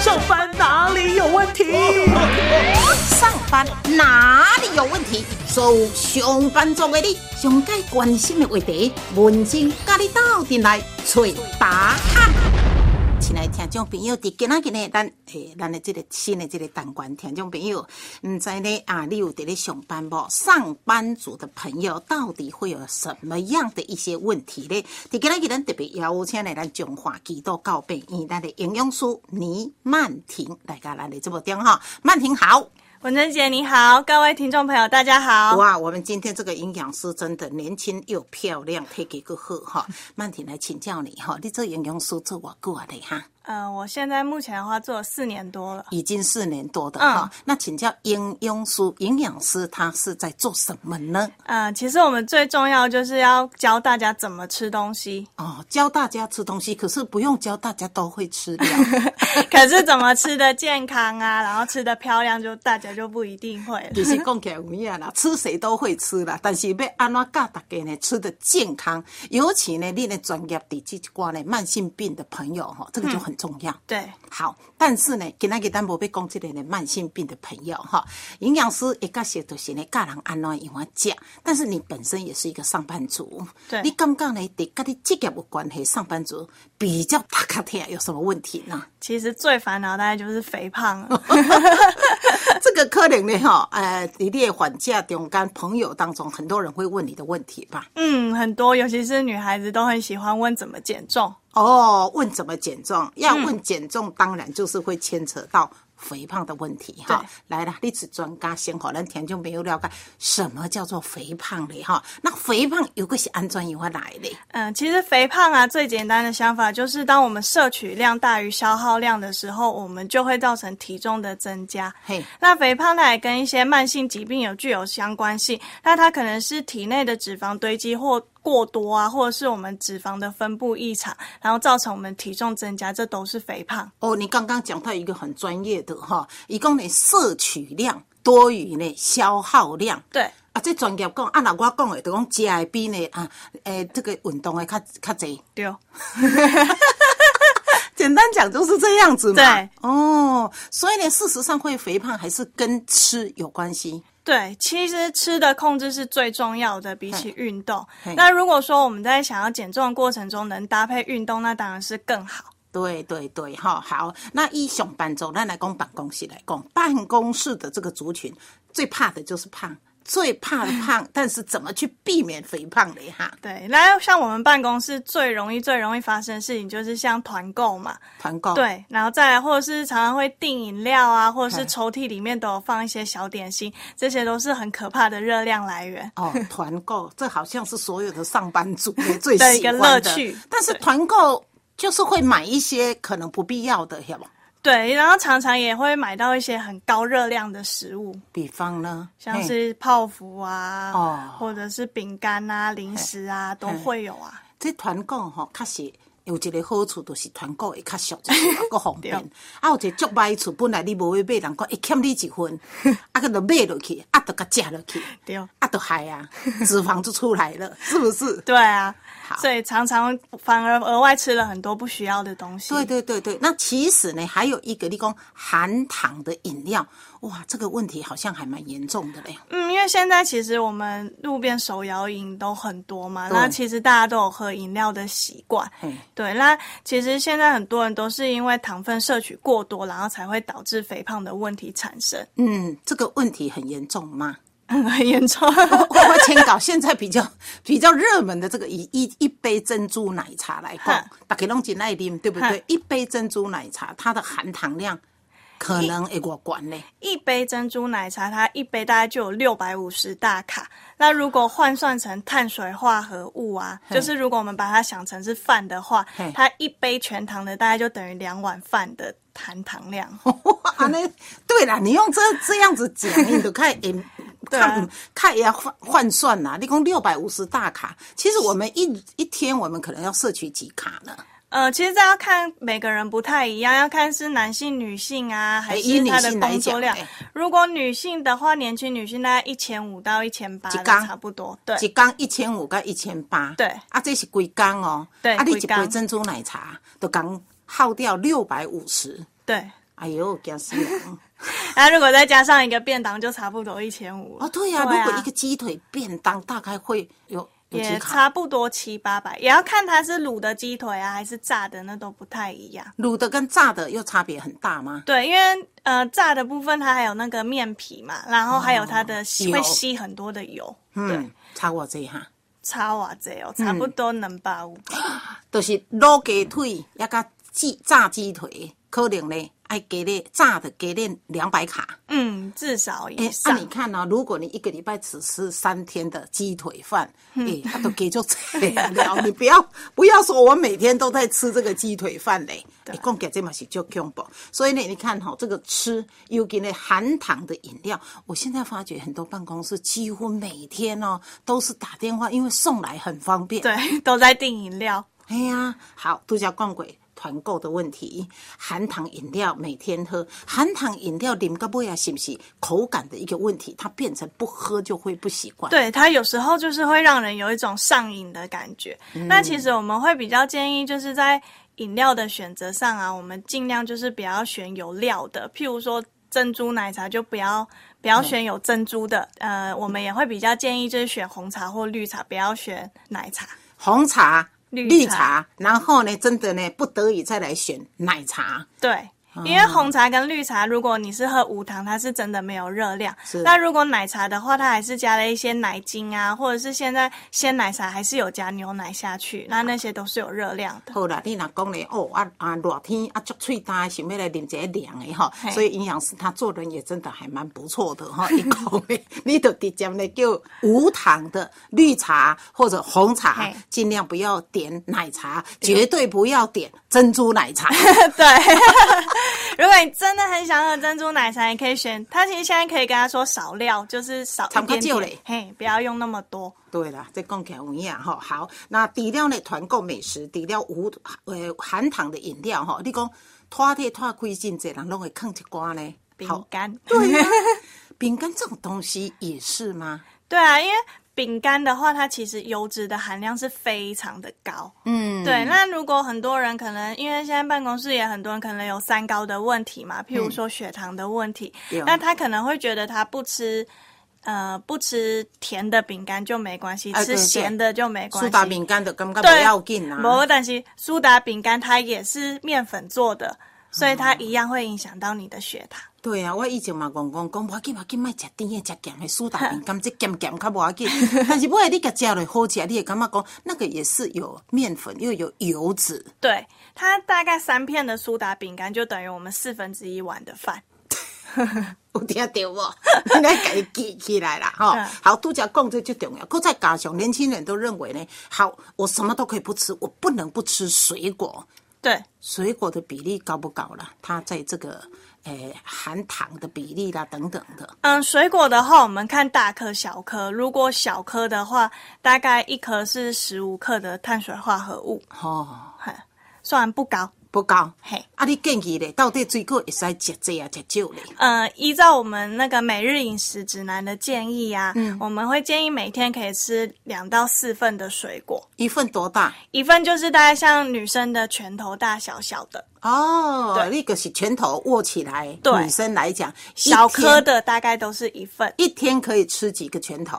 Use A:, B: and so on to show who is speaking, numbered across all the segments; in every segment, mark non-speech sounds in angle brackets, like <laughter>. A: 上班哪里有问题？
B: 上班哪里有问题？所有上班族的你，上该关心的话题，文静甲你斗阵来找答案。亲爱的听众朋友，伫今仔日呢，咱诶，咱的这个新的这个单元，听众朋友，毋知呢啊，你有伫咧上班无？上班族的朋友到底会有什么样的一些问题呢？伫今仔日咱特别邀请来咱中华基督教病院咱的营养师倪曼婷来甲咱的直播间哈，曼婷好。
C: <laughs> 文珍姐你好，各位听众朋友大家好。
B: 哇，啊我们今天这个营养师真的年轻又漂亮，体格个好哈。曼婷来请教你哈，你做营养师做多久啊的哈？
C: 嗯、我现在目前的话做了四年多了。
B: 已经四年多的哈。那请教营养师，营养师他是在做什么呢？
C: 嗯、其实我们最重要就是要教大家怎么吃东西， <laughs>
B: 哦，教大家吃东西，可是不用教大家都会吃掉。
C: 可是怎么吃的健康啊，然后吃的漂亮就，大家就不一定会了。
B: 其实讲起来有影啦，吃谁都会吃啦，但是要安怎教大家呢？吃的健康，尤其呢，你的专业伫这一关呢，慢性病的朋友哈，这个就很重要。
C: 对，
B: 好，但是呢，今仔日咱无要讲即个呢慢性病的朋友哈，营养师一个些就是呢，教人安怎用啊食，但是你本身也是一个上班族，
C: 对
B: 你感觉呢，得跟你职业有关系，上班族比较大卡听有什么问题呢？ <laughs>
C: 其实最烦恼大概就是肥胖了。
B: 这个可能呢，哈，呃，你的缓假中间朋友当中，很多人会问你的问题吧？
C: 嗯，很多，尤其是女孩子都很喜欢问怎么减重。
B: 哦，问怎么减重？要问减重，当然就是会牵扯到肥胖的问题哈
C: 对。
B: 来了，历史专家先好，咱听众朋友了解什么叫做肥胖嘞哈？那肥胖有个是安怎样啊来的？
C: 嗯，其实肥胖啊，最简单的想法就是，当我们摄取量大于消耗量的时候，我们就会造成体重的增加。
B: 嘿，
C: 那肥胖它也跟一些慢性疾病有具有相关性，那它可能是体内的脂肪堆积或过多啊，或者是我们脂肪的分布异常，然后造成我们体重增加，这都是肥胖。
B: 哦，你刚刚讲到一个很专业的哈，一共呢摄取量多于呢消耗量。
C: 对，
B: 啊，这专业讲，啊，那我讲的，就讲食的比呢啊，诶、这个运动的较较侪。
C: 对哦，
B: 简单讲就是这样子嘛。
C: 对，
B: 哦，所以呢，事实上会肥胖还是跟吃有关系。
C: 对，其实吃的控制是最重要的，比起运动
B: 嘿。
C: 那如果说我们在想要减重的过程中能搭配运动，那当然是更好。
B: 对对对，哈，好。那以上班族，咱来讲办公室来讲，办公室的这个族群最怕的就是胖，最怕的
C: <laughs>
B: 胖，但是怎么去避免肥胖嘞？哈，
C: 对，那像我们办公室最容易、最容易发生的事情，就是像团购嘛，
B: 团购，，
C: 对，然后再来或者是常常会订饮料啊，或者
B: 哎
C: 是抽屉里面都有放一些小点心，这些都是很可怕的热量来源。
B: 哦，团购，这好像是所有的上班族呢
C: <laughs>
B: 最
C: 的一
B: 喜
C: 个
B: 欢
C: 乐
B: 的
C: 趣
B: 但是
C: 对
B: 团购就是会买一些可能不必要的，晓不？
C: 对，然后常常也会买到一些很高热量的食物，
B: 比方呢，
C: 像
B: 嘿
C: 是泡芙啊，
B: 哦
C: 或者是饼干啊、零食啊，都会有啊。
B: 这团购吼，确实有一个好处，就是团购会较俗一些，还佫方便
C: 对。
B: 啊，有一个足歹处，本来你无要买，人讲会欠你一份，啊，佮就买落去，啊，就甲食落去，
C: 对哦，
B: 啊，就害啊，脂肪就出来了，是不是？
C: 对啊
B: 好，
C: 所以常常反而额外吃了很多不需要的东西。
B: 对对对对，那其实呢，还有一个你讲含糖的饮料，哇，这个问题好像还蛮严重的嘞。
C: 嗯，因为现在其实我们路边手摇饮都很多嘛，
B: 对
C: 那其实大家都有喝饮料的习惯。
B: 嘿，
C: 对，那其实现在很多人都是因为糖分摄取过多，然后才会导致肥胖的问题产生，
B: 嗯，这个问题很严重吗？
C: 很
B: <laughs>
C: 严重。
B: 我我先搞现在比较 <laughs> 比较热门的这个以一一杯珍珠奶茶来讲
C: 哼，
B: 大家拢真爱啉，对不对
C: 哼？
B: 一杯珍珠奶茶它的含糖量可能会过关呢。
C: 一杯珍珠奶茶，它一杯大概就有六百五十大卡。那如果换算成碳水化合物啊，
B: 嘿
C: 就是如果我们把它想成是饭的话
B: 嘿，
C: 它一杯全糖的大概就等于两碗饭的含糖量。
B: <laughs> 哇，那对啦，你用这这样子讲，你就
C: <laughs>
B: 看也
C: 对啊
B: 看看也要换换算啦。你讲六百五十大卡，其实我们一一天我们可能要摄取几卡呢？
C: 呃，其实这要看每个人不太一样，要看是男性、女性啊，还
B: 哎以
C: 是
B: 女
C: 他的
B: 性来
C: 工作
B: 讲
C: 量
B: 哎。
C: 如果女性的话，年轻女性大概一千五到一千八
B: 一天
C: 差不多。对，
B: 一缸一千五到一千八，
C: 对
B: 啊，这是几缸哦，
C: 对
B: 啊，你一
C: 几
B: 杯
C: 天
B: 珍珠奶茶都刚耗掉六百五十。
C: 对，
B: 哎呦，惊死人！
C: 那如果再加上一个便当，就差不多一千
B: <laughs>
C: 五啊
B: 哦，对呀、如果一个鸡腿便当大概会有有几
C: 也
B: 卡，
C: 差不多七八百，也要看它是卤的鸡腿啊，还是炸的，那都不太一样。
B: 卤的跟炸的又差别很大吗？
C: 对，因为呃，炸的部分它还有那个面皮嘛，然后还有它的、
B: 哦油
C: 会吸很多的油，
B: 嗯，差我这一下，
C: 差哇这哦，差不多能八五。
B: 就是卤鸡腿，也甲鸡炸鸡腿，可能呢爱给你炸的给你两百卡。
C: 嗯，至少
B: 哎
C: 以，
B: 那、
C: 上。
B: 你看呢、如果你一个礼拜只吃三天的鸡腿饭，
C: 嗯
B: 哎、他都给就
C: <laughs>
B: 这了。你不要不要说我每天都在吃这个鸡腿饭嘞，哎，讲起这嘛是就恐怖。所以呢，你看哈、这个吃尤其呢含糖的饮料，我现在发觉很多办公室几乎每天哦都是打电话，因为送来很方便。
C: 对， <laughs> 都在订饮料。
B: 哎呀，好，度假逛鬼团购的问题，含糖饮料每天喝，含糖饮料啉到尾啊，是不是口感的一个问题？它变成不喝就会不习惯。，
C: 对，它有时候就是会让人有一种上瘾的感觉。
B: 嗯
C: 那其实我们会比较建议，就是在饮料的选择上啊，我们尽量就是不要选有料的，譬如说珍珠奶茶就不要不要
B: 嗯
C: 选有珍珠的。呃，我们也会比较建议就是选红茶或绿茶，不要选奶茶。
B: 红茶、
C: 绿
B: 绿
C: 茶
B: 茶，然后呢，真的呢，不得已再来选奶茶。
C: 对。
B: 啊
C: 因为红茶跟绿茶，如果你是喝无糖，它是真的没有热量
B: 是。
C: 那如果奶茶的话，它还是加了一些奶精啊，或者是现在鲜奶茶还是有加牛奶下
B: 啊
C: 去，那那些都是有热量
B: <laughs>
C: 的。
B: 好啦，你若讲咧，哦啊啊，热天啊，足喙干，想要来啉一个凉的吼，
C: 嘿
B: 所以营养师他做人也真的还蛮不错的
C: <laughs>
B: 吼。一讲咧，你就直接咧叫无糖的绿茶或者红茶
C: 嘿，
B: 尽量不要点奶茶，绝对不要点珍珠奶
C: <laughs>
B: 茶。
C: 对，如果你真的很想喝珍珠奶茶，你可以选。它其实现在可以跟他说少料，就是少
B: 差
C: 一
B: 不多
C: 点
B: 就
C: 点
B: 嘞，
C: 嘿，不要用那么多。
B: 对啦，这讲起来有影吼。好，那除了呢团购美食，除了无呃含糖的饮料吼，你讲拖地拖开真济人拢会啃一寡呢。
C: 饼
B: 好，
C: 干，
B: 对呀、饼干这种东西也是吗？
C: 对啊，因为饼干的话，它其实油脂的含量是非常的高。嗯，对。那如果很多人可能因为现在办公室也很多人可能有三高的问题嘛，譬如
B: 嗯
C: 说血糖的问题，
B: 对
C: 那他可能会觉得他不吃。呃，不吃甜的饼干就没关系，
B: 哎对
C: 吃咸的就没关系。
B: 苏打饼干就感觉不
C: 对，
B: 要紧
C: 不
B: 啊。
C: 但是苏打饼干它也是面粉做的，
B: 哦
C: 所以它一样会影响到你的血糖。
B: 对啊，我以前嘛讲讲讲，我紧我紧，莫食甜的，食咸的，苏打饼
C: <laughs>
B: 干这咸咸较无要紧。但是尾你甲食落好食，你会感觉讲那个也是有面粉又有油脂。
C: 对，它大概三片的苏打饼干就等于我们四分之一碗的饭。
B: 有听到
C: <laughs>
B: 无？你来家己记起来啦，吼
C: 嗯。
B: 好，拄则讲这就重要，搁再加上年轻人都认为呢，好，我什么都可以不吃，我不能不吃水果。
C: 对，
B: 水果的比例高不高啦？它在这个诶、含糖的比例啦等等的，
C: 嗯，水果的话，我们看大颗、小颗。如果小颗的话，大概一颗是十五克的碳水化合物，
B: 哦，
C: 嘿虽然不高，
B: 不高。
C: 嘿。
B: 啊，你建议咧，到底水果会使食济啊，食少咧？
C: 呃，依照我们那个每日饮食指南的建议啊，
B: 嗯
C: 我们会建议每天可以吃两到四份的水果。
B: 一份多大？
C: 一份就是大概像女生的拳头大小小的，
B: 哦，
C: 对
B: 那个是拳头握起来，
C: 对
B: 女生来讲，一
C: 小
B: 天
C: 颗的大概都是一份。
B: 一天可以吃几个拳头？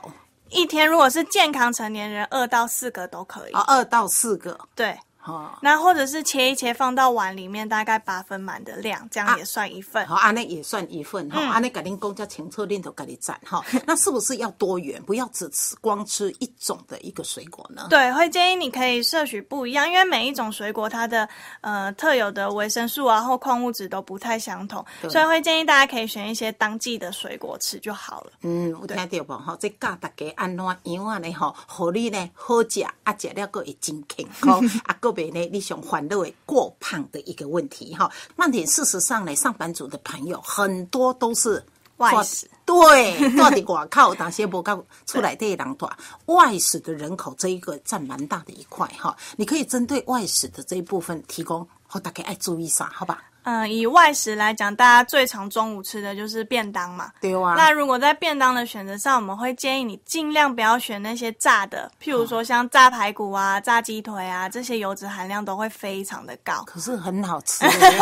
C: 一天如果是健康成年人，二到四个都可以。
B: 啊、二到四个，
C: 对，
B: 哦。
C: 那或者是切一切放到碗里面，大概八分满的量，这样也算一份。
B: 好，哦安尼也算一份
C: 嗯
B: 哈，安尼甲恁公家清楚，恁都甲你赞
C: <laughs>
B: 哈。那是不是要多元，不要只吃光吃一种的一个水果呢？
C: 对，会建议你可以摄取不一样，因为每一种水果它的呃特有的维生素啊或矿物质都不太相同，
B: 对
C: 所以会建议大家可以选一些当季的水果吃就好了。
B: 嗯，有听到无吼？这教大家安怎样啊呢吼，互你呢好食，啊食了个会真健
C: <laughs>
B: 康，啊个袂呢你想烦恼的过胖的一个问题哈。慢点，事实上呢，上班族的朋友很多都是
C: 外
B: 做
C: 食
B: 对，住伫外口，但是无到厝内底的人住。外食的人口这一个占蛮大的一块哈，你可以针对外食的这一部分提供，好大家爱注意啥，好吧？
C: 嗯，以外食来讲，大家最常中午吃的就是便当嘛。
B: 对哇
C: 那如果在便当的选择上，我们会建议你尽量不要选那些炸的，譬如说像炸排骨啊、炸鸡腿啊，这些油脂含量都会非常的高。
B: <laughs> 可是很好吃的。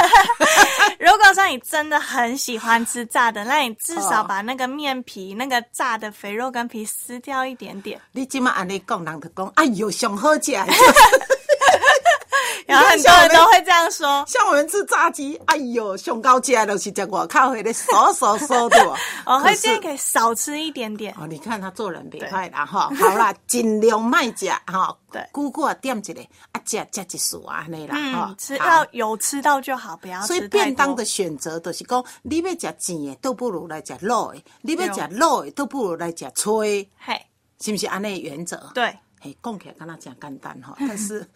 C: 如果说你真的很喜欢吃炸的，那你至
B: 哦
C: 少把那个面皮、那个炸的肥肉跟皮撕掉一
B: <laughs>
C: 点点。
B: 你即马安尼讲，人就讲，哎哟，上好食。
C: 然后很多人都会这样说。
B: <laughs> 像我们吃炸鸡，哎哟，上高级的就是在外口迄个嗦嗦嗦
C: <laughs>
B: 的。
C: 我会
B: 可是
C: 哦建议可以少吃一点点。
B: 哦，你看他做人袂歹啦 <laughs> 吼，好啦，尽量卖食吼，
C: 对
B: 久久啊点一个，啊食食一束啊安尼啦吼
C: 嗯，，吃
B: 好
C: 要有吃到就好，不要吃
B: 所以
C: 太多
B: 便当的选择就是讲，你要食甜的，倒不如来食卤的；你要食卤的，倒不如来食脆的，
C: 嘿，
B: 是不是安尼的原则？，
C: 对，
B: 嘿，讲起来敢若真简单
C: <laughs>
B: 吼，但是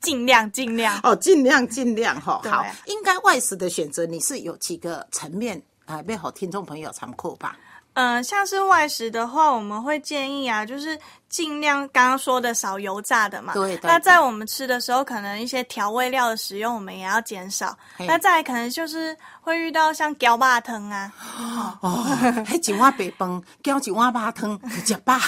C: 尽量尽量。
B: 哦，尽量尽量吼。
C: 对
B: 好，应该外食的选择，你是有几个层面啊？要好听众朋友参考吧。
C: 嗯，像是外食的话，我们会建议啊，就是尽量刚刚说的少油炸的嘛。
B: 对对
C: 那
B: 对
C: 在我们吃的时候，可能一些调味料的使用，我们也要减少。
B: 嘿
C: 那再来可能就是会遇到像茭巴藤啊， <laughs>
B: <laughs> 哦，迄一碗白饭，交一碗肉汤，食
C: <laughs>
B: 饱。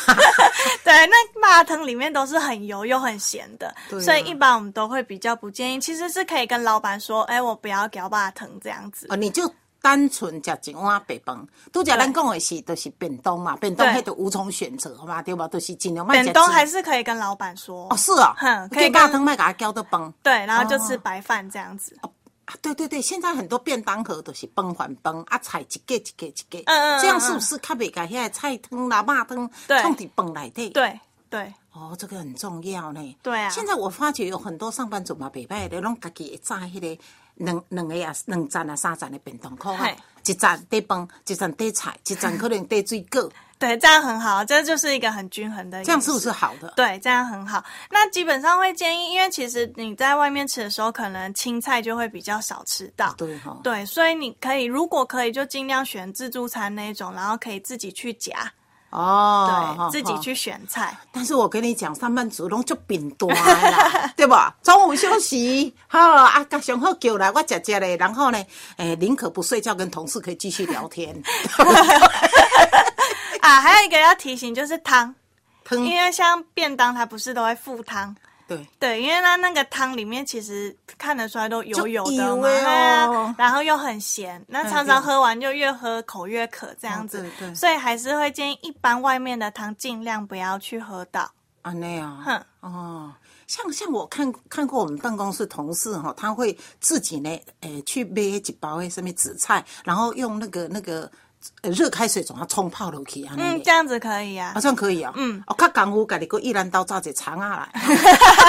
C: 对，那麻辣汤里面都是很油又很咸的，
B: 对啊
C: 所以一般我们都会比较不建议。其实是可以跟老板说，哎，我不要给麻辣汤这样子。
B: 哦，你就单纯食一碗白饭，拄则咱讲的是，就是便当嘛，便当
C: 对
B: 迄就无从选择嘛，对吧？就是尽量卖食。
C: 本东还是可以跟老板说，
B: 哦，是哦，
C: 哼可以
B: 给
C: 跟
B: 大汤卖给他浇的崩
C: 对，然后就吃白饭这样子。
B: 啊！对对对，现在很多便当盒都是崩还崩啊，菜一个一个一个，
C: 嗯嗯
B: 这样是不是较袂甲遐菜汤啦、肉汤
C: 对
B: 冲伫崩内底？，
C: 对对
B: 哦，这个很重要呢。
C: 对啊
B: 现在我发觉有很多上班族嘛，袂歹的，拢家己会炸迄、个。两两个啊，两层啊，三层的便当盒啊
C: 嘿，
B: 一层底饭，一层底菜，一层可能底水
C: <laughs>
B: 果，
C: 对，这样很好，这就是一个很均衡的饮食。
B: 这样是不是好的？
C: 对，这样很好。那基本上会建议，因为其实你在外面吃的时候，可能青菜就会比较少吃到。
B: 对哈，
C: 对，所以你可以，如果可以，就尽量选自助餐那一种，然后可以自己去夹，
B: 哦，
C: 对
B: 哈
C: 自己
B: 哈
C: 去选菜。
B: 但是我跟你讲，上班族拢就贫惰的
C: <laughs>
B: 啦，对吧？中午休息，好啊，甲上好叫来，我食食嘞，然后呢，诶、宁可不睡觉，跟同事可以继续聊天。
C: 啊，还有一个要提醒就是汤，
B: 汤
C: <laughs> 因为像便当它不是都会附汤。
B: 对，
C: 对，因为它那个汤里面其实看得出来都油油的嘛，
B: 就油的哦嗯
C: 啊然后又很咸，那常常喝完就越喝口越渴这样子，
B: 哦对对
C: 所以还是会建议一般外面的汤尽量不要去喝到。
B: 安尼啊
C: 哼，
B: 哦，像像我看看过我们办公室同事哈、他会自己呢，诶、去买一包诶什么紫菜，然后用那个那个呃热开水总要冲泡落去安尼。
C: 嗯，这样子可以啊
B: 好，像可以啊、嗯，哦，较功夫，家己个一兰刀炸一肠啊来，，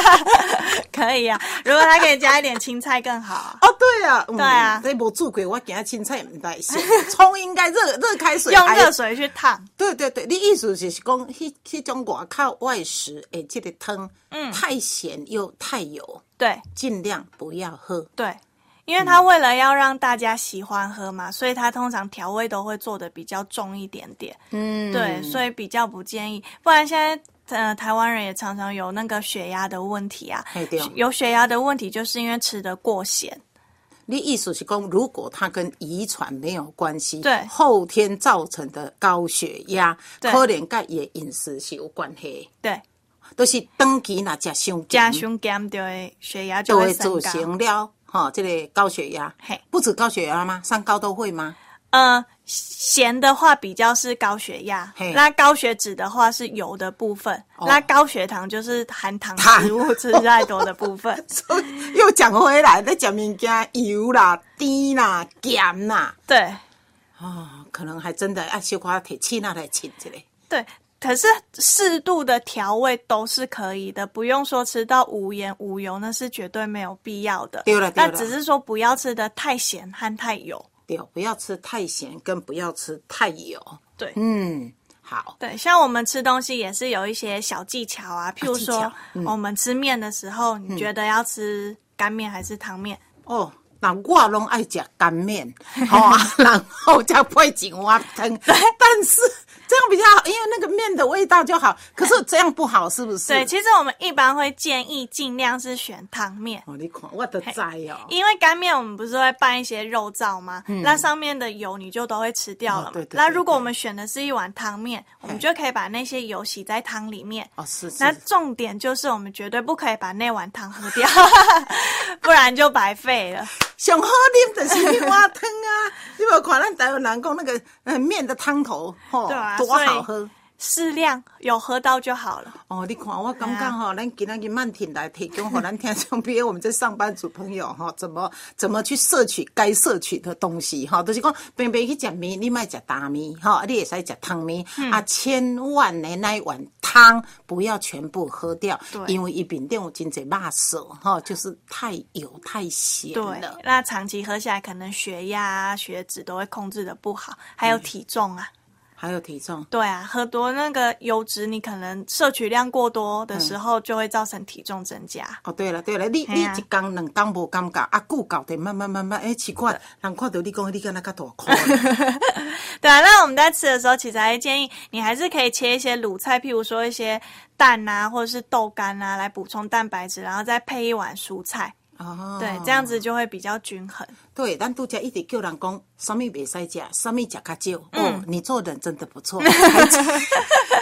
C: <laughs> 可以啊。如果它可以加一点青菜更好啊
B: <laughs> 哦，对啊，嗯、
C: 对啊
B: 这无煮过，我今仔凊彩毋知是冲应该热热开水，
C: 用热
B: 还。
C: 水去烫。
B: 对对对，你意思就是讲，迄迄种外口外食诶，这个汤，嗯，太咸又太油，
C: 对
B: 尽量不要喝。
C: 对，因为
B: 嗯
C: 它为了要让大家喜欢喝嘛，所以它通常调味都会做的比较重一点点。
B: 嗯，
C: 对，所以比较不建议。不然现在呃，台湾人也常常有那个血压的问题啊
B: 哎嘿对，
C: 有血压的问题，就是因为吃的过咸。
B: 你意思是讲，如果它跟遗传没有关系，
C: 对
B: 后天造成的高血压，
C: 对
B: 可能甲伊饮食是有关系，
C: 对，
B: 都、就是长期若食伤
C: 加
B: 咸
C: 胸 gam 就会血压就
B: 就
C: 会
B: 会
C: 升
B: 造
C: 高。
B: 成了哈、这个高血压
C: 嘿。
B: 不止高血压吗？三高都会吗？ <laughs>
C: 呃，咸的话比较是高血压
B: 嘿，
C: 那高血脂的话是油的部分，
B: 哦
C: 那高血糖就是含糖
B: 糖。
C: 食物吃太多的部分
B: <laughs> 所以又讲回来，在讲物件油啦、甜啦、咸啦，
C: 对
B: 啊、可能还真的要小可提气那来请一下。
C: 对。可是适度的调味都是可以的，不用说吃到无盐无油，那是绝对没有必要的。
B: 对了对
C: 那
B: 了
C: 只是说不要吃的太咸和太油。
B: 对，不要吃太咸，跟不要吃太油。
C: 对、
B: 嗯，好，
C: 对，像我们吃东西也是有一些小技巧啊，譬如
B: 技
C: 说
B: 巧、嗯
C: 我们吃面的时候，你觉得要吃干面还是汤面？
B: 哦。那我拢爱食干面， <laughs> 好、啊，然后再配一碗
C: <laughs>
B: 汤。但是这样比较好，因为那个面的味道就好。可是这样不好，是不是？
C: 对，其实我们一般会建议尽量是选汤面。
B: 哦，你看我的知哦。
C: 因为干面我们不是会拌一些肉燥吗？那上面的油你就都会吃掉了嘛。
B: 嗯哦对对对
C: 那如果我们选的是一碗汤面，我们就可以把那些油洗在汤里面。
B: 哦，是是
C: 那。重 <laughs> 点就是我们绝对不可以把那碗汤喝掉，不然就白费了。
B: 上好啉就是迄碗汤啊。 <laughs> 你无看咱台湾人讲那个呃面的汤头，吼、
C: 对啊，
B: 多
C: 所以
B: 好喝。
C: 适量有喝到就好了。
B: 哦，你看，我感
C: 哎
B: 觉哈、咱今仔日曼婷来提供给咱听众朋友，我们这上班族朋友哈、 <laughs> 怎么怎么去摄取该摄取的东西哈、就是讲，平平去食面，你莫食大面哈、你也使食汤面、
C: 嗯
B: 啊，千万呢那一碗汤不要全部喝掉，
C: 对
B: 因为伊面顶有真济肉色哈、就是太油太咸
C: 对
B: 了。，
C: 那长期喝下来，可能血压、啊、血脂都会控制的不好，还
B: 嗯
C: 有体重啊。
B: 还有体重，
C: 对啊，喝多那个油脂，你可能摄取量过
B: 嗯
C: 多的时候，就会造成体重增加。
B: 哦，对了对了，你、
C: 嘿
B: 你
C: 啊
B: 一工两工无感觉，啊，久到的慢慢慢慢，哎、奇怪，人看到你讲你敢若较大
C: <laughs>
B: 块。
C: 对啊，那我们在吃的时候，其实还建议你还是可以切一些卤菜，譬如说一些蛋啊，或者是豆干啊，来补充蛋白质，然后再配一碗蔬菜。
B: 哦，
C: 对，这样子就会比较均衡。
B: 对，咱拄则一直叫人讲，什么袂使食，什么食较少。
C: 嗯
B: 哦，你做人真的不错， <laughs> 还建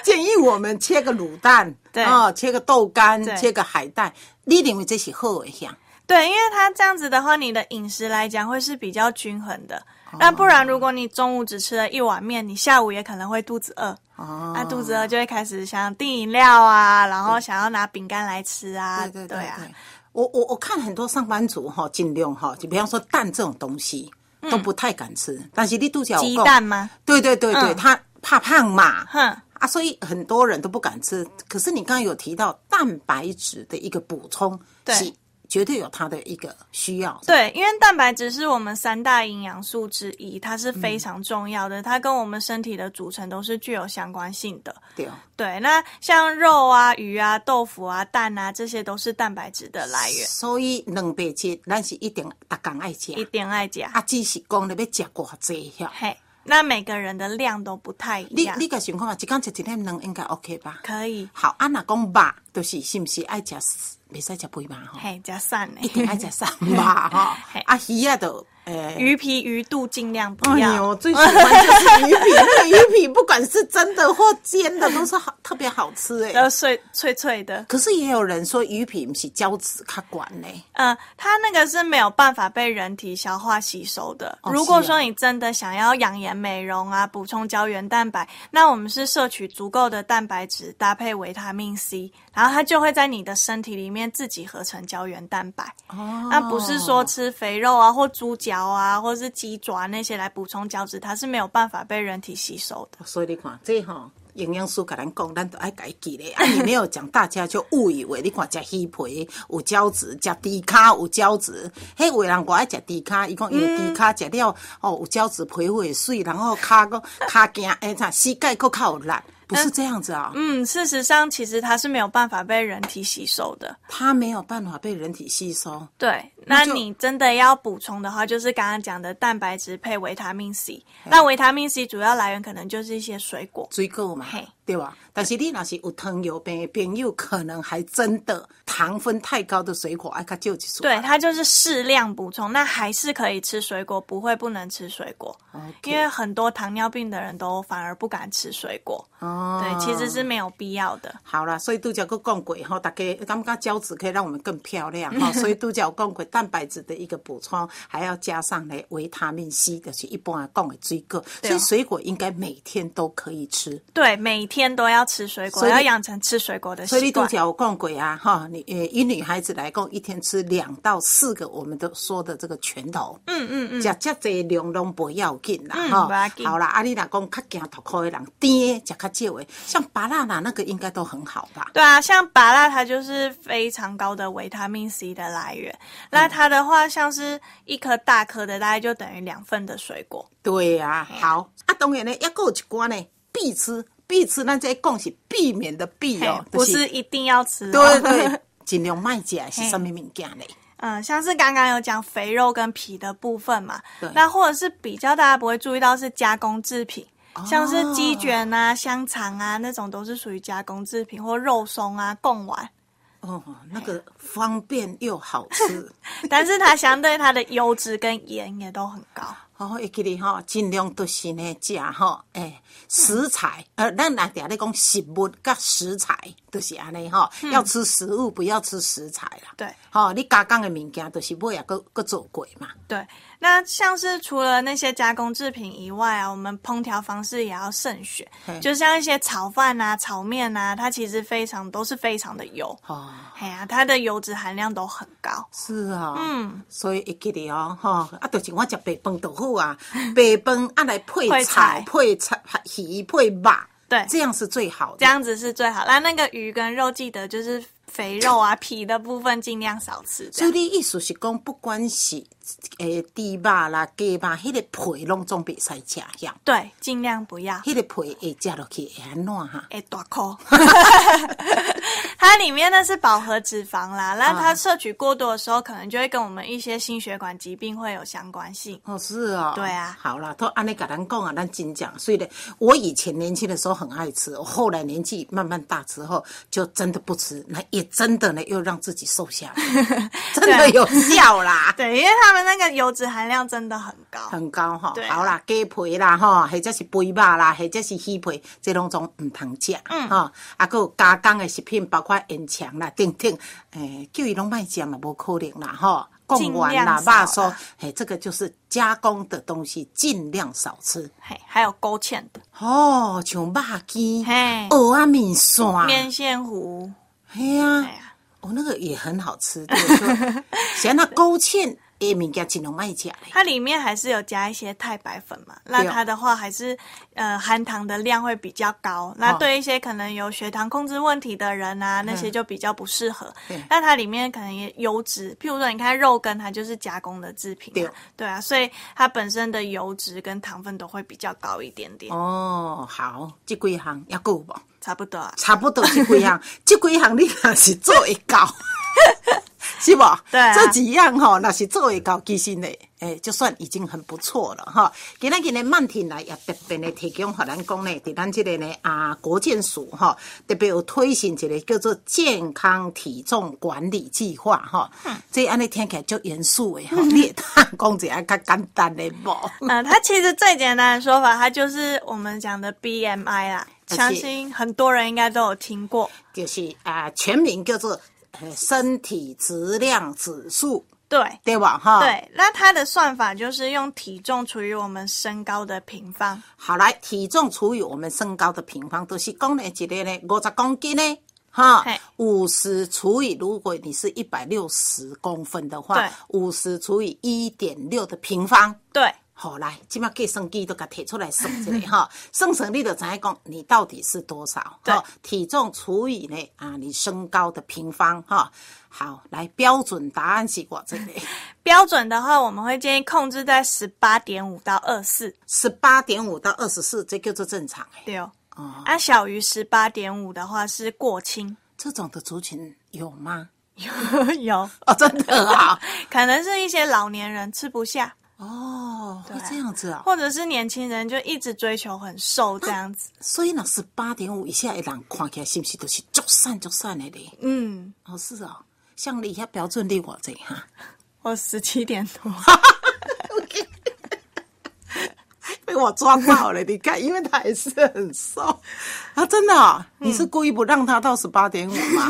B: 建议我们切个卤蛋，
C: <laughs> 对
B: 哦，切个豆干
C: 对，
B: 切个海带。你认为这是好的向？
C: 对，因为它这样子的话，你的饮食来讲会是比较均衡的。
B: 哦
C: 那不然，如果你中午只吃了一碗面，你下午也可能会肚子饿。
B: 哦，
C: 那肚子饿就会开始想订饮料啊，然后想要拿饼干来吃啊，
B: 对对对
C: 啊，
B: 对我我我看很多上班族哈，尽量哈，就比方说蛋这种东西都不太敢吃，但是你肚子有
C: 嗯鸡
B: 讲
C: 蛋吗？
B: 对对对对，
C: 嗯
B: 他怕胖嘛，
C: 哼
B: 啊，所以很多人都不敢吃。可是你刚刚有提到蛋白质的一个补充，
C: 对
B: 是绝对有它的一个需要。
C: 对，因为蛋白质是我们三大营养素之一，它是
B: 嗯
C: 非常重要的，它跟我们身体的组成都是具有相关性的。
B: 对哦，
C: 对，那像肉啊、鱼啊、豆腐啊、蛋啊，这些都是蛋白质的来源，
B: 所以两百七，咱是一定逐工爱食
C: 一，点爱加。
B: 啊，只是讲你要食偌济遐。
C: 嘿，那每个人的量都不太一
B: 你
C: 样，
B: 你个想看嘛，一工食一粒两应该 OK 吧？
C: 可以
B: 好，啊，若讲肉，就是是毋是爱食，袂使食肥肉吼，
C: 嘿加欸散呢
B: 一，定爱食瘦肉吼
C: <laughs> 嘿。
B: 啊，鱼啊，就诶。
C: 鱼皮鱼肚尽量不
B: 哎
C: 要。
B: 呦，最喜欢就是鱼皮，那个鱼皮不管是蒸的或煎的，都是好特别好吃哎、
C: 然后脆脆脆的，
B: 可是也有人说鱼皮不是胶质较管呢、
C: 嗯，它那个是没有办法被人体消化吸收的。
B: 哦
C: 如果
B: 是啊
C: 说你真的想要养颜美容啊，补充胶原蛋白，那我们是摄取足够的蛋白质，搭配维他命 C，然后它就会在你的身体里面自己合成胶原蛋白。
B: 哦
C: 那不是说吃肥肉啊，或猪脚啊，或是鸡爪那些来补充胶质，它是没有办法被人体吸收的。
B: 所以你看这吼、营养师甲咱讲，咱都爱家记咧。啊，你没有讲，大家就误以为你看食鱼皮有胶质，食猪骹有胶质。嘿，有的人我爱食猪骹，伊讲伊的猪骹食了哦有胶质，皮肤会水，然后骹个骹行哎啥膝盖佫较有力，不是这样子啊、
C: 嗯，事实上其实它是没有办法被人体吸收的。
B: 它没有办法被人体吸收。
C: 对，那
B: 就
C: 你真的要补充的话，就是刚刚讲的蛋白质配维他命 C。那维他命 C 主要来源可能就是一些水果。
B: 嗯水果嘛
C: 嘿，
B: 对吧？但是你若是有糖尿病的朋友，可能还真的糖分太高的水果爱较少一束。
C: 对，它就是适量补充，那还是可以吃水果，不会不能吃水果
B: OK
C: 因为很多糖尿病的人都反而不敢吃水果。
B: 哦
C: 对，其实是没有必要的。
B: 好啦，所以杜家有讲过吼，大家感觉胶质可以让我们更漂
C: <laughs>
B: 亮哈，所以杜家有讲过蛋白质的一个补充，还要加上呢维他命 C，就是一般来讲的水果，
C: 对哦
B: 所以水果应该每天都可以吃。
C: 对，每天都要吃水果，
B: 所以
C: 要养成吃水果的
B: 所以
C: 习
B: 你杜
C: 惯。
B: 家有讲过啊哈，你呃以女孩子来讲，一天吃两到四个我们都说的这个拳头，
C: 嗯嗯嗯，
B: 食遮济量拢不要紧啦
C: 嗯，不要紧
B: 吼。好啦，啊你若讲较惊头壳的人，甜的食较少的，像巴拉那那个应该都很好吧？
C: 对啊，像芭乐它就是非常高的维他命 C 的来源。那它的话，像是一颗大颗的，大概就等于两份的水果。
B: 对呀、啊，好啊，当然呢，抑个有一寡呢必吃，必吃，咱这讲是避免的避哦
C: 嘿，不
B: 就是
C: 一定要吃、哦。
B: 对
C: <laughs>
B: 对，尽量卖食是什么物件呢？
C: 嗯，像是刚刚有讲肥肉跟皮的部分嘛
B: 对，
C: 那或者是比较大家不会注意到是加工制品。
B: 哦
C: 像是鸡卷啊、香肠啊那种都是属于加工制品，或肉松啊、贡丸， <laughs>
B: 哦，那个方便又好吃。
C: <laughs> 但是它相对它的油脂跟盐也都很高。
B: 哦，会记哩吼，尽量都是呢食吼，诶、食材，呃，咱若定咧讲食物甲食材，都、就是安尼吼，要吃食物，不要吃食材啦。
C: 对
B: 吼、你加工的物件，都是尾啊，搁搁做过嘛。
C: 对，那像是除了那些加工制品以外啊，我们烹调方式也要慎选
B: 嘿，
C: 就像一些炒饭啊、炒面啊，它其实非常都是非常的油，
B: 哦，
C: 哎呀、它的油脂含量都很高。
B: 是啊、嗯，所以会记哩哦，吼、啊，就是我食白饭就好啊，白饭啊来配菜
C: 配菜、
B: 配菜、鱼、配肉，
C: 对
B: 这样是最好
C: 这
B: 的。
C: 样子是最好。那那个鱼跟肉，记得就是肥肉啊、皮的部分尽量少吃。
B: 所
C: 这
B: 以
C: 样
B: 你意思是讲，不管是诶猪肉啦、鸡肉，迄、个皮拢总袂使食，样。
C: 对，尽量不要。
B: 迄、个皮会食落去会安怎哈？
C: 哎，大口， <laughs> 它里面呢是饱和脂肪啦，那
B: 啊
C: 它摄取过多的时候，可能就会跟我们一些心血管疾病会有相关性。
B: 哦，是哦，
C: 对啊
B: 好啦，都安尼甲咱讲啊，咱真讲。虽然我以前年轻的时候很爱吃，我后来年纪慢慢大之后，就真的不吃，那也真的呢，又让自己瘦下
C: <laughs>
B: 来，真的有
C: 啊
B: 效啦。
C: 对，因为它们那个油脂含量真的很高。
B: 很高吼，
C: 对啊
B: 好啦，鸡皮啦吼，或者是肥肉啦，或者是鱼皮，这拢总毋通食，
C: 嗯
B: 吼，啊，佮有加工的食品，包括烟肠啦、等等，诶、叫伊拢莫食嘛，无可能啦吼。贡丸啦、
C: 尽量
B: 肉
C: 少啦
B: 酥，嘿，这个就是加工的东西，尽量少吃。
C: 嘿，还有勾芡的
B: 哦，像肉羹、
C: 嘿
B: 蚵仔面线，
C: 面线糊，
B: 嘿呀、
C: 哎
B: 啊，
C: 呀，
B: 哦，那个也很好吃。对不
C: <laughs>
B: 对像那勾芡的物件尽量莫食咧。
C: 它里面还是有加一些太白粉嘛。那
B: 哦
C: 它的话还是呃含糖的量会比较高，
B: 哦
C: 那对一些可能有血糖控制问题的人啊，那些就比较不适合
B: 嗯对。
C: 那它里面可能也油脂，譬如说你看肉羹，它就是加工的制品
B: 对哦
C: 嘛，对啊，所以它本身的油脂跟糖分都会比较高一点点，
B: 哦，好，这几项也够无？
C: 差不多啊。
B: 差不多这几
C: <laughs>
B: 项，这几项你若是做会到， <laughs> 是不？
C: 对啊
B: 这几样吼、若是做会到，其实呢，诶、就算已经很不错了哈。今仔日呢，曼婷来也特别呢提供给咱讲呢，伫咱这个呢啊国健署哈、特别有推行一个叫做健康体重管理计划哈。
C: 嗯
B: 这安尼听起来足严肃的吼， <laughs> 你会当讲一下较简单的
C: <laughs>
B: 无？
C: 嗯，它其实最简单的说法，它就是我们讲的 BMI 啦，
B: 而且
C: 相信很多人应该都有听过。
B: 就是啊、全名叫做呃身体质量指数，
C: 对，
B: 对吧？哈，。
C: 对，那它的算法就是用体重除以我们身高的平方。
B: 好来，体重除以我们身高的平方，都、就是讲呢，一个呢五十公斤呢，哈
C: 嘿，
B: 五十除以如果你是一百六十公分的话
C: 对，
B: 五十除以一点六的平方。
C: 对，
B: 好来，即马计算机都甲摕出来算一
C: <laughs>
B: 下哈，算算你就知影讲你到底是多少
C: 对
B: 哈，体重除以呢啊你身高的平方哈。好，来标准答案是我这里
C: <laughs> 标准的话，我们会建议控制在十八点五到二四
B: 十八点五到二十四，这叫做正常哎诶、
C: 六。啊，小于十八点五的话是过轻，
B: 这种的族群有吗？
C: <laughs> 有
B: 哦，真的啊，
C: 可能是一些老年人吃不下，
B: <laughs> 哦，会
C: 对啊
B: 这样子啊、
C: 或者是年轻人就一直追求很瘦这样子。
B: 所以呢，十八点五以下的人看起来是不是都是足瘦足瘦的咧？
C: 嗯，
B: 哦，是哦，像你遐标准你偌济哈？
C: <laughs> 我十七点多，
B: <laughs> 被我抓到了，你 <laughs> 看，因为他还是很瘦啊，真的、哦，你是故意不让他到十八点五 <laughs> 吗？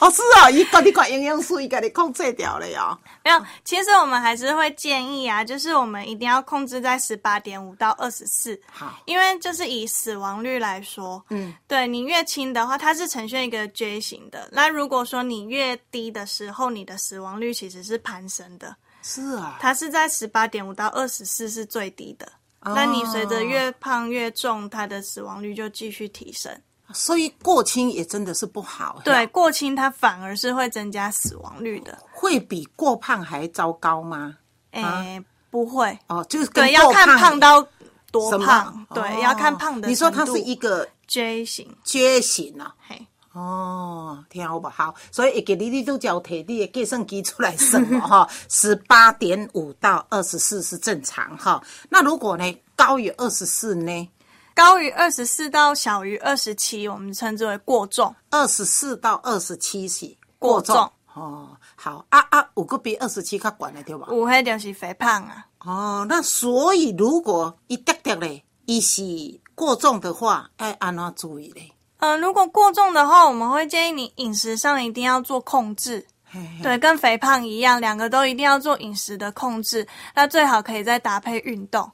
B: 哦，是哦，一个你管营养素，一个你控制掉了呀。
C: 没有。其实我们还是会建议啊，就是我们一定要控制在十八点五到二十四。
B: 好，
C: 因为就是以死亡率来说，嗯，对你越轻的话，它是呈现一个 J 型的。那如果说你越低的时候，你的死亡率其实是攀升的，
B: 是啊、
C: 它是在十八点五到二十四是最低的。
B: 哦
C: 那你随着越胖越重，它的死亡率就继续提升。
B: 所以过轻也真的是不好，
C: 对，，过轻它反而是会增加死亡率的。
B: 会比过胖还糟糕吗？
C: 诶、不会，
B: 哦，就是跟
C: 对，要
B: 过
C: 看胖到多
B: 什么
C: 胖，对，
B: 哦
C: 要看胖的程度。
B: 你说它是一个
C: J 型，
B: 觉醒啊，
C: 嘿。
B: 哦，听好不好？所以会给你你都叫摕你的计算机出来算
C: <laughs>
B: 了哈，十八点五到二十四是正常哈。那如果呢高于二十四呢？
C: 高于二十四到小于二十七，我们称之为过重。
B: 二十四到二十七是
C: 过重
B: 哦，好啊啊，有个比二十七较悬的对吧？
C: 有迄就是肥胖啊。
B: 哦，那所以如果伊得得嘞，伊是过重的话，要安怎注意嘞？
C: 嗯、如果过重的话，我们会建议你饮食上一定要做控制。
B: 嘿嘿
C: 对，跟肥胖一样，两个都一定要做饮食的控制。那最好可以再搭配运动。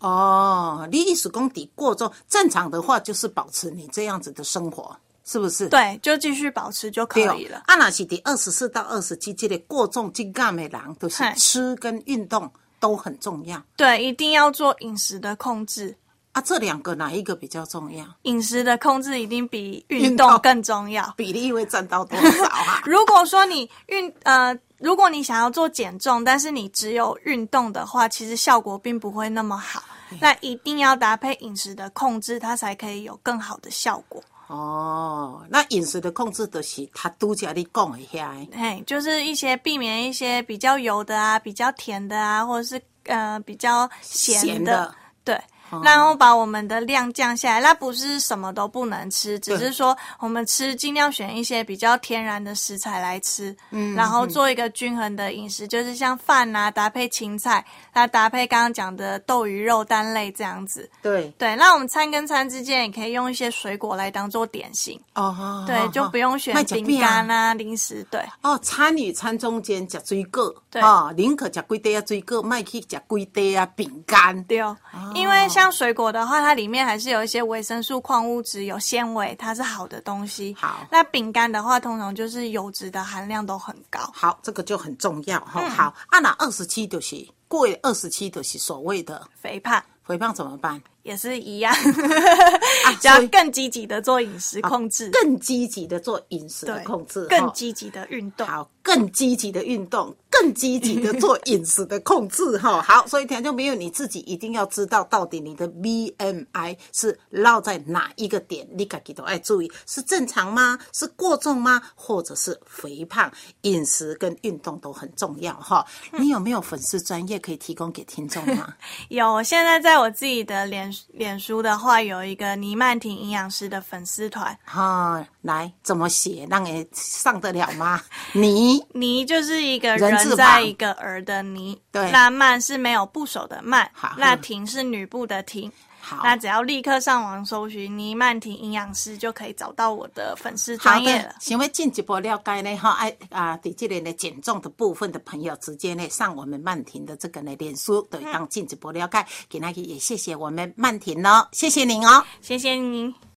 B: 哦，你意思讲抵过重，正常的话就是保持你这样子的生活，是不是？
C: 对，就继续保持就可
B: 哦
C: 以了。
B: 啊，若是伫二十四到二十七这个过重斤感的人，都、就是
C: 嗨
B: 吃跟运动都很重要。
C: 对，一定要做饮食的控制。
B: 啊，这两个哪一个比较重
C: <laughs>
B: 要？
C: 饮食的控制一定比
B: 运
C: 运
B: 动
C: 动更重要。？
B: 比例会占到多少啊 <laughs>
C: 如果说你运呃，如果你想要做减重，但是你只有运动的话，其实效果并不会那么好。那一定要搭配饮食的控制，它才可以有更好的效果。
B: 哦，那饮食的控制就是他拄则你讲的遐的。
C: 嘿，就是一些避免一些比较油的啊，比较甜的啊，或者是呃比较咸的，
B: 咸的哦
C: 对。然后把我们的量降下来，那不是什么都不能吃，只是说我们吃尽量选一些比较天然的食材来吃，嗯，然后做一个均衡的饮食，就是像饭啊搭配青菜，那搭配刚刚讲的豆鱼肉蛋类这样子，
B: 对，
C: 对。那我们餐跟餐之间也可以用一些水果来当做点心，
B: 哦，好
C: 对，
B: 好
C: 就
B: 好
C: 不用选
B: 莫吃
C: 饼
B: 饼
C: 干啊零食，对。
B: 哦，餐与餐中间食水果，
C: 对
B: 哦，宁可食几块啊水果，莫去食几块啊饼干。
C: 对哦，因为像水果的话，它里面还是有一些维生素、矿物质、有纤维，它是好的东西。
B: 好
C: 那饼干的话，通常就是油脂的含量都很高。
B: 好，这个就很重要哈、
C: 嗯
B: 好，啊，那二十七就是过二十七就是所谓的
C: 肥胖
B: 肥胖怎么办？啊
C: 也是一样，
B: 所以
C: 只要
B: 啊
C: 更积极的做饮
B: <laughs>
C: 食控制，
B: 更积极的做饮食的
C: 对
B: 控制，
C: 更
B: 哈
C: 积极的运动。
B: 好，更积极的运动，更积极的做饮食的控制哈。好，所以田就没有你自己一定要知道到底你的 BMI 是落在哪一个点，你自己都爱注意是正常吗？是过重吗？或者是肥胖？饮食跟运动都很重要哈。 <laughs> 你有没有粉丝专业可以提供给听众吗？ <laughs>
C: 有，现在在我自己的脸脸书的话，有一个倪曼婷营养师的粉丝团，
B: 哈、来怎么写，让人上得了吗？你
C: 泥就是一个
B: 人字旁
C: 人在一个儿的泥，
B: 对
C: 那曼是没有部首的曼
B: 好，
C: 那
B: 嗯
C: 婷是女部的婷。
B: 好，
C: 那只要立刻上网搜寻倪曼婷营养师，就可以找到我的粉丝
B: 好
C: 专业
B: 的
C: 了，。
B: 想要进一步了解呢，哈，哎啊，对这个呢减重的部分的朋友，直接呢上我们曼婷的这个呢脸书，对，
C: 嗯
B: 当进一步了解。给那个也谢谢我们曼婷哦，谢谢您哦。
C: 谢谢您。